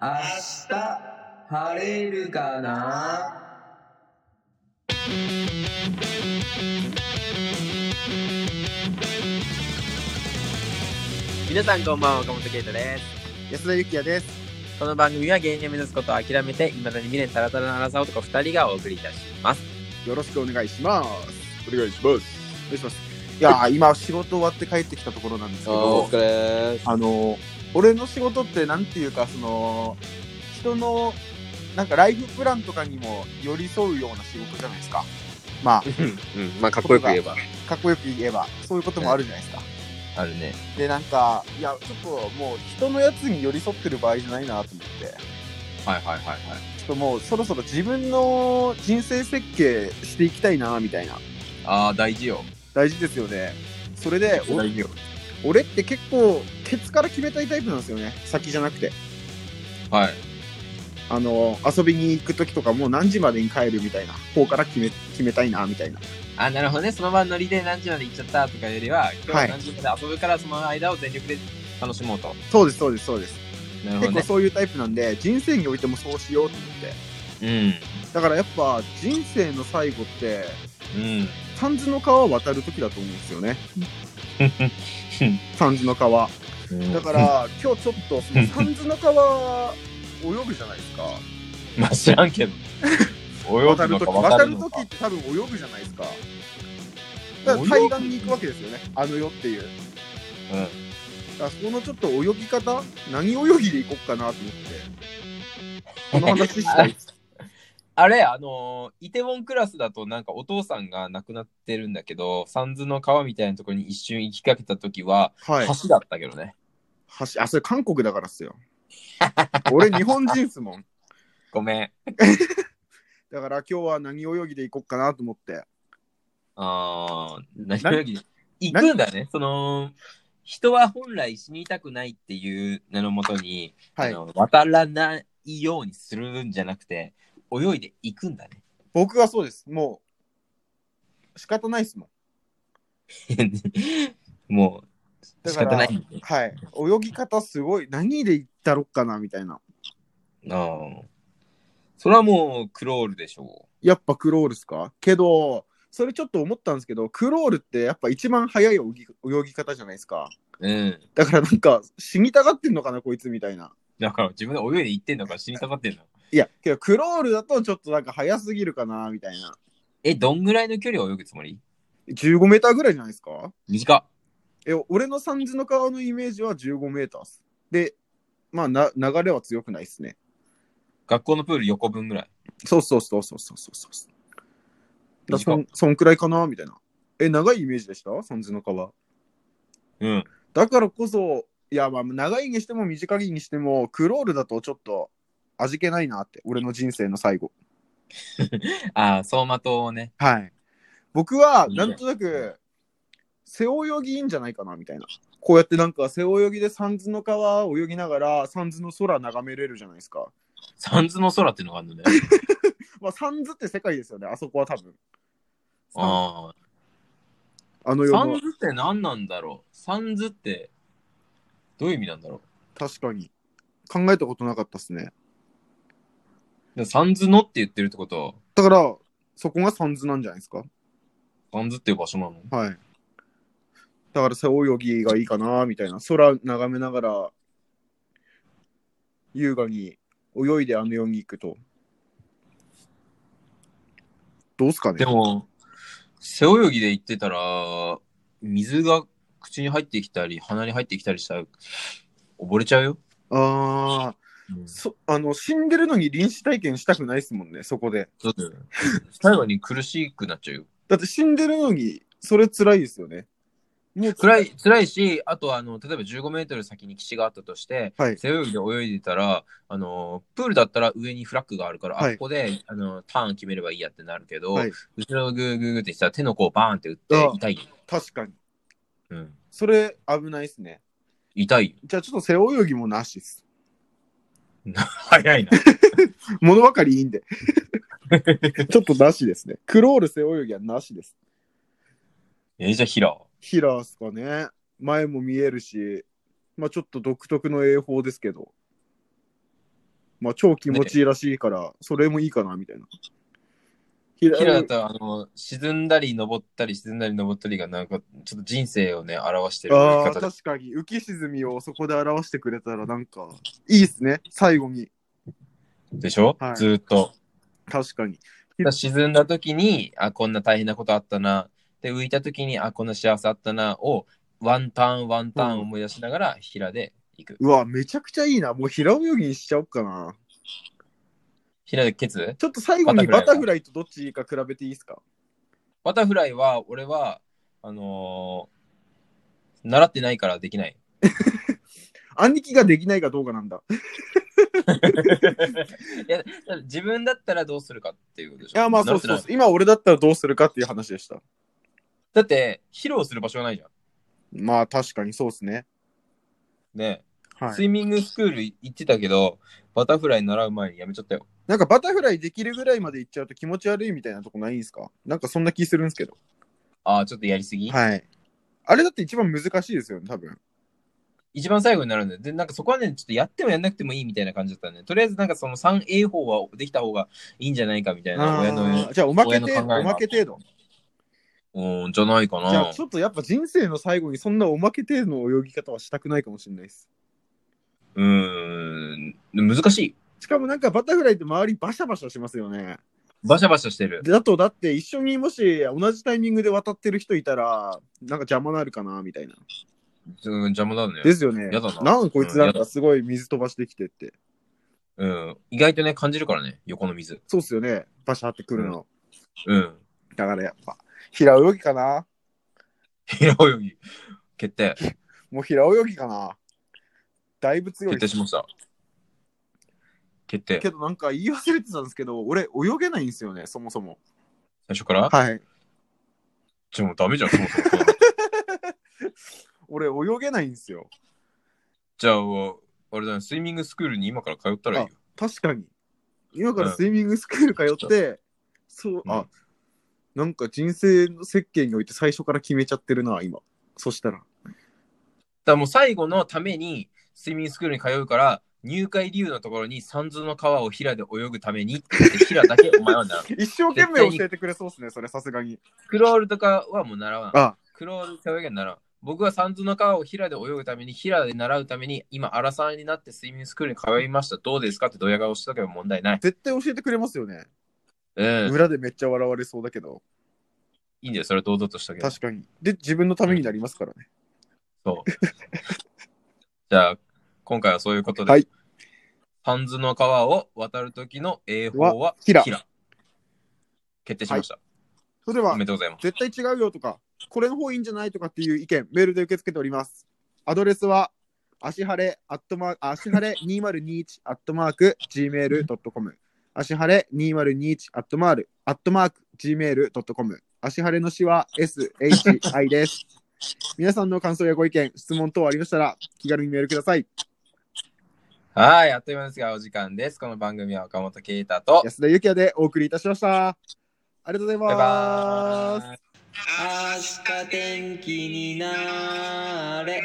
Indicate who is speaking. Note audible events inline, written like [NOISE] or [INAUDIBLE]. Speaker 1: 明日晴れるかな
Speaker 2: 皆さんこんばんは岡本圭太です
Speaker 3: 安田幸也です。
Speaker 2: この番組は芸人を目指すことを諦めて未だに未練たらたらな争う男2人がお送りいたします
Speaker 3: よろしくお願いします。お願いします。お願いします。いやー、今仕事終わって帰ってきたところなんですけど、
Speaker 2: 疲れ
Speaker 3: あのー、俺の仕事ってなんていうか、その、人の、なんかライフプランとかにも寄り添うような仕事じゃないですか。まあ、
Speaker 2: うんまあかっこよく言えば
Speaker 3: かっこよく言えば、そういうこともあるじゃないですか。
Speaker 2: あるね
Speaker 3: で、なんか、いや、ちょっともう人のやつに寄り添ってる場合じゃないなと思って。
Speaker 2: はいはいはいはい
Speaker 3: ちょっともうそろそろ自分の人生設計していきたいなみたいな
Speaker 2: ああ大事よ
Speaker 3: 大事ですよねそれでお
Speaker 2: 事よ
Speaker 3: 俺って結構ケツから決めたいタイプなんですよね先じゃなくて
Speaker 2: はい
Speaker 3: あの遊びに行く時とかもう何時までに帰るみたいな方から決め決めたいなみたいな
Speaker 2: あなるほどねその場ノリで何時まで行っちゃったとかよりは今日は
Speaker 3: はい
Speaker 2: 何時まで遊ぶからその間を全力で楽しもうと、
Speaker 3: そうですそうですそうです
Speaker 2: なる
Speaker 3: 結構そういうタイプなんで人生においてもそうしようと思ってだからやっぱ人生の最後って
Speaker 2: うんうん
Speaker 3: 三途の川を渡る時だと思うんですよね三途の川だから今日ちょっとその三途の川泳ぐじゃないですか
Speaker 2: [LAUGHS] まあ知らん [LAUGHS] けど泳
Speaker 3: 渡
Speaker 2: ぐの
Speaker 3: る時
Speaker 2: か
Speaker 3: 渡
Speaker 2: 渡る
Speaker 3: る
Speaker 2: の
Speaker 3: 時
Speaker 2: か
Speaker 3: って多分泳ぐじゃないですかだから
Speaker 2: 泳ぐ
Speaker 3: 対岸に行くわけですよねあの世っていうだ
Speaker 2: うん
Speaker 3: からそこのちょっと泳ぎ方何泳ぎで行こうかなと思ってこの話し
Speaker 2: [LAUGHS]
Speaker 3: たい
Speaker 2: あれ、あのーイテウォンクラスだとなんかお父さんが亡くなってるんだけど、サンズの川みたいなところに一瞬行きかけたときは、
Speaker 3: はい
Speaker 2: 橋だったけどね。
Speaker 3: 橋あそれ韓国だからっすよ俺日本人っすもん
Speaker 2: ごめん。
Speaker 3: だから今日は何泳ぎで行こうかなと思って
Speaker 2: あー何
Speaker 3: な
Speaker 2: より行くんだね。その、人は本来死にたくないっていう名のもとに、
Speaker 3: はい
Speaker 2: あの渡らないようにするんじゃなくて、泳いで行くんだね。 [LAUGHS]
Speaker 3: 僕はそうですもう仕方ないっすもん
Speaker 2: もう、
Speaker 3: だ
Speaker 2: 仕
Speaker 3: から
Speaker 2: 方ないんで。
Speaker 3: はい泳ぎ方すごい何で行ったろっかなみたいな
Speaker 2: あーそれはもうクロールでしょ
Speaker 3: やっぱクロールっすかけど、それちょっと思ったんですけど、クロールってやっぱ一番早い泳ぎ泳ぎ方じゃないですか。
Speaker 2: う。うん。
Speaker 3: だからなんか死にたがってんのかな、こいつみたいな。
Speaker 2: だから自分で泳いで行ってんだから死にたがってんだ。
Speaker 3: いや、けどクロールだとちょっとなんか早すぎるかな、みたいな。
Speaker 2: え、どんぐらいの距離を泳ぐつもり
Speaker 3: 15メーターぐらいじゃないですか
Speaker 2: 短っ。
Speaker 3: え、俺の三途の川のイメージは15メーターっす。で、まあな流れは強くないっすね。
Speaker 2: 学校のプール横分ぐらい。
Speaker 3: そうそうそうそうそうそうそう。だそ
Speaker 2: 短っ
Speaker 3: んそんくらいかな、みたいな。え、長いイメージでした三途の川。
Speaker 2: うん。
Speaker 3: だからこそ、いや、まあ、長いにしても短いにしても、クロールだとちょっと味気ないなって、俺の人生の最後。
Speaker 2: ああ、走馬灯をね。
Speaker 3: はい。僕は、
Speaker 2: いいね
Speaker 3: なんとなく、背泳ぎいいんじゃないかな、みたいな。こうやってなんか、背泳ぎで三途の川を泳ぎながら、三途の空眺めれるじゃないですか。
Speaker 2: サンズの空っていうのがあ [LAUGHS] るのね。
Speaker 3: まあ、三途って世界ですよね、あそこは多分。あ
Speaker 2: ああ。
Speaker 3: の世
Speaker 2: サ
Speaker 3: の
Speaker 2: ン、ズって何なんだろうサンズってどういう意味なんだろ
Speaker 3: 確かに。考えたことなかったですね。
Speaker 2: うでサンズのって言ってるってことは、
Speaker 3: だから、そこが三途なんじゃないですか。
Speaker 2: サンズっていう場所なの
Speaker 3: はい。だから背泳ぎがいいかなみたいな。空眺めながら、優雅に泳いであの世に行くと。どうすかね
Speaker 2: でも、背泳ぎで行ってたら、水が口に入ってきたり、鼻に入ってきたりしたら、溺れちゃうよ。
Speaker 3: ああ、
Speaker 2: うん
Speaker 3: そ、あの、死んでるのに臨死体験したくないですもんね、そこで。
Speaker 2: だって最後に苦しくなっちゃうよ。
Speaker 3: だって死んでるのに、それ辛いですよね。もう
Speaker 2: 辛
Speaker 3: い。
Speaker 2: い、辛いし、あとはあの、例えば15メートル先に岸があったとして、
Speaker 3: はい。
Speaker 2: 背泳ぎで泳いでたら、あの、プールだったら上にフラッグがあるから、
Speaker 3: はい
Speaker 2: あ、ここで、あの、ターン決めればいいやってなるけど、
Speaker 3: はい
Speaker 2: 後ろをグーグーグーってしたら手の甲バーンって打っ
Speaker 3: あ
Speaker 2: て
Speaker 3: あ、
Speaker 2: 痛いよ。
Speaker 3: 確かに。
Speaker 2: うん。
Speaker 3: それ危ないですね。
Speaker 2: 痛いよ。
Speaker 3: じゃあちょっと背泳ぎもなしです。
Speaker 2: 早いな。
Speaker 3: 物ばかりいいんで。 [LAUGHS] ちょっとなしですね。クロール背泳ぎはなしです。
Speaker 2: え、じゃあ、ヒラ。
Speaker 3: ヒラーすかね。前も見えるし、まあちょっと独特の泳法ですけど。まあ、超気持ちいいらしいから、それもいいかな、みたいな。ひら
Speaker 2: キラだと、あの、沈んだり登ったり、沈んだり登ったりが、なんか、ちょっと人生をね、表してる
Speaker 3: あ
Speaker 2: 言
Speaker 3: あ
Speaker 2: い
Speaker 3: ー、
Speaker 2: 方で。
Speaker 3: 確かに、浮き沈みをそこで表してくれたら、なんか、いいっすね、最後に。
Speaker 2: でしょ、
Speaker 3: はい
Speaker 2: ずーっと。
Speaker 3: 確かに。
Speaker 2: だから沈んだ時に、あ、こんな大変なことあったな。で、浮いた時に、あ、こんな幸せあったな。を、ワンターン、ワンターン思い出しながら、ヒラで行く。
Speaker 3: うわ、めちゃくちゃいいな。もう平泳ぎにしちゃおうかな。
Speaker 2: ヒラでケツ
Speaker 3: ちょっと最後に
Speaker 2: バ
Speaker 3: バタ
Speaker 2: タ
Speaker 3: フ
Speaker 2: フ
Speaker 3: ライとどっちか比べていいですか
Speaker 2: バタフライは、俺は、あのー習ってないからでき
Speaker 3: [LAUGHS]
Speaker 2: ない。
Speaker 3: 兄貴ができないかどうかなんだ。
Speaker 2: いや、だから自分だったらどうするかっていうことでし
Speaker 3: い
Speaker 2: ょ。
Speaker 3: や、まあ
Speaker 2: 習
Speaker 3: そ
Speaker 2: っ
Speaker 3: う
Speaker 2: てな
Speaker 3: そ
Speaker 2: いう
Speaker 3: そう。今俺だったらどうするかっていう話でした。
Speaker 2: だって、披露する場所がないじゃん。
Speaker 3: まあ確かにそうですね。
Speaker 2: ね、
Speaker 3: は
Speaker 2: ス
Speaker 3: い。
Speaker 2: イミングスクール行ってたけど、バタフライ習う前にやめちゃったよ。
Speaker 3: なんかバタフライできるぐらいまでいっちゃうと気持ち悪いみたいなとこないんですかなんかそんな気するんですけど。
Speaker 2: ああ、ちょっとやりすぎ、
Speaker 3: はい。あれだって一番難しいですよね、多分。
Speaker 2: 一番最後になるんだよ。で、なんかそこはね、ちょっとやってもやんなくてもいいみたいな感じだったね。とりあえずなんかその 3A 法はできた方がいいんじゃないかみたいな、親の
Speaker 3: あー、じゃあおまけ
Speaker 2: 親の
Speaker 3: 程
Speaker 2: 考え
Speaker 3: 度、
Speaker 2: が
Speaker 3: おまけ程度。
Speaker 2: うん、じゃないか
Speaker 3: じゃ
Speaker 2: な
Speaker 3: あち。ょっとやっぱ人生の最後にそんなおまけ程度の泳ぎ方はしたくないかもしれないです。
Speaker 2: うーん、難しい。
Speaker 3: しかもなんかバタフライって周りバシャバシャしますよね。
Speaker 2: バシャバシャしてる。
Speaker 3: だとだって一緒にもし同じタイミングで渡ってる人いたらなんか邪魔なるかなみたいな。
Speaker 2: うん、邪魔だね
Speaker 3: で。すよね。
Speaker 2: やだなん
Speaker 3: こいつなんかすごい水飛ばしてきてって。
Speaker 2: うん。意外とね、感じるからね、横の水。
Speaker 3: そうっすよね。バシャってくるの。
Speaker 2: うん。
Speaker 3: だからやっぱ平泳ぎかな
Speaker 2: 平泳ぎ、決定。
Speaker 3: もう平泳ぎかなだいぶ強い
Speaker 2: 決
Speaker 3: で
Speaker 2: 定
Speaker 3: す
Speaker 2: しました。決定。
Speaker 3: けどなんか言い忘れてたんですけど俺泳げないんですよねそもそも。
Speaker 2: 最初から
Speaker 3: はい。
Speaker 2: ちょ、もうダメじゃん、そもそも。
Speaker 3: 俺泳げないんですよ。
Speaker 2: じゃあ、あれだね、スイミングスクールに今から通ったらいいよ。
Speaker 3: 確かに。今からスイミングスクール通って、そう、
Speaker 2: うん
Speaker 3: あ、なんか人生の設計において最初から決めちゃってるな、今。そしたら。
Speaker 2: だからもう最後のために、スイミングスクールに通うから、入会理由のところに、三途の川を平で泳ぐためにって言って、平だけお前は習う。
Speaker 3: 一生懸命教えてくれそうですね、それさすがに。
Speaker 2: クロールとかはもう習わん。
Speaker 3: あ、
Speaker 2: クロール背泳ぎは習わん。僕は三途の川を平で泳ぐために、平で習うために、今、荒さんになってスイミングスクールに通いました。どうですかってドヤ顔しとけば問題ない。
Speaker 3: 絶対教えてくれますよね。
Speaker 2: うん。
Speaker 3: 裏でめっちゃ笑われそうだけど。
Speaker 2: いいんだよ、それ堂々としとけば。
Speaker 3: 確かに。で、自分のためになりますからね。
Speaker 2: そう。じゃあ、今回はそういうことで。
Speaker 3: はい
Speaker 2: ハンズの川を渡る時の英法は
Speaker 3: キラ
Speaker 2: 決定しました。
Speaker 3: それで
Speaker 2: お
Speaker 3: は
Speaker 2: め、でとうございます。
Speaker 3: 絶対違うよとか、これの方いいんじゃないとかっていう意見、メールで受け付けております。アドレスは、足晴れ、アットマーク、足晴れ2021、アットマーク、gmail.com。足晴れ2021、アットマーク、アットマーク、gmail.com。足晴れの詩は SHI です。皆さんの感想やご意見、質問等ありましたら、気軽にメールください。
Speaker 2: はい、あっという間ですが、お時間です。この番組は岡本啓太と、
Speaker 3: 安田幸也でお送りいたしました。ありがとうございます。
Speaker 2: バイバーイ。
Speaker 1: 明日天気になれ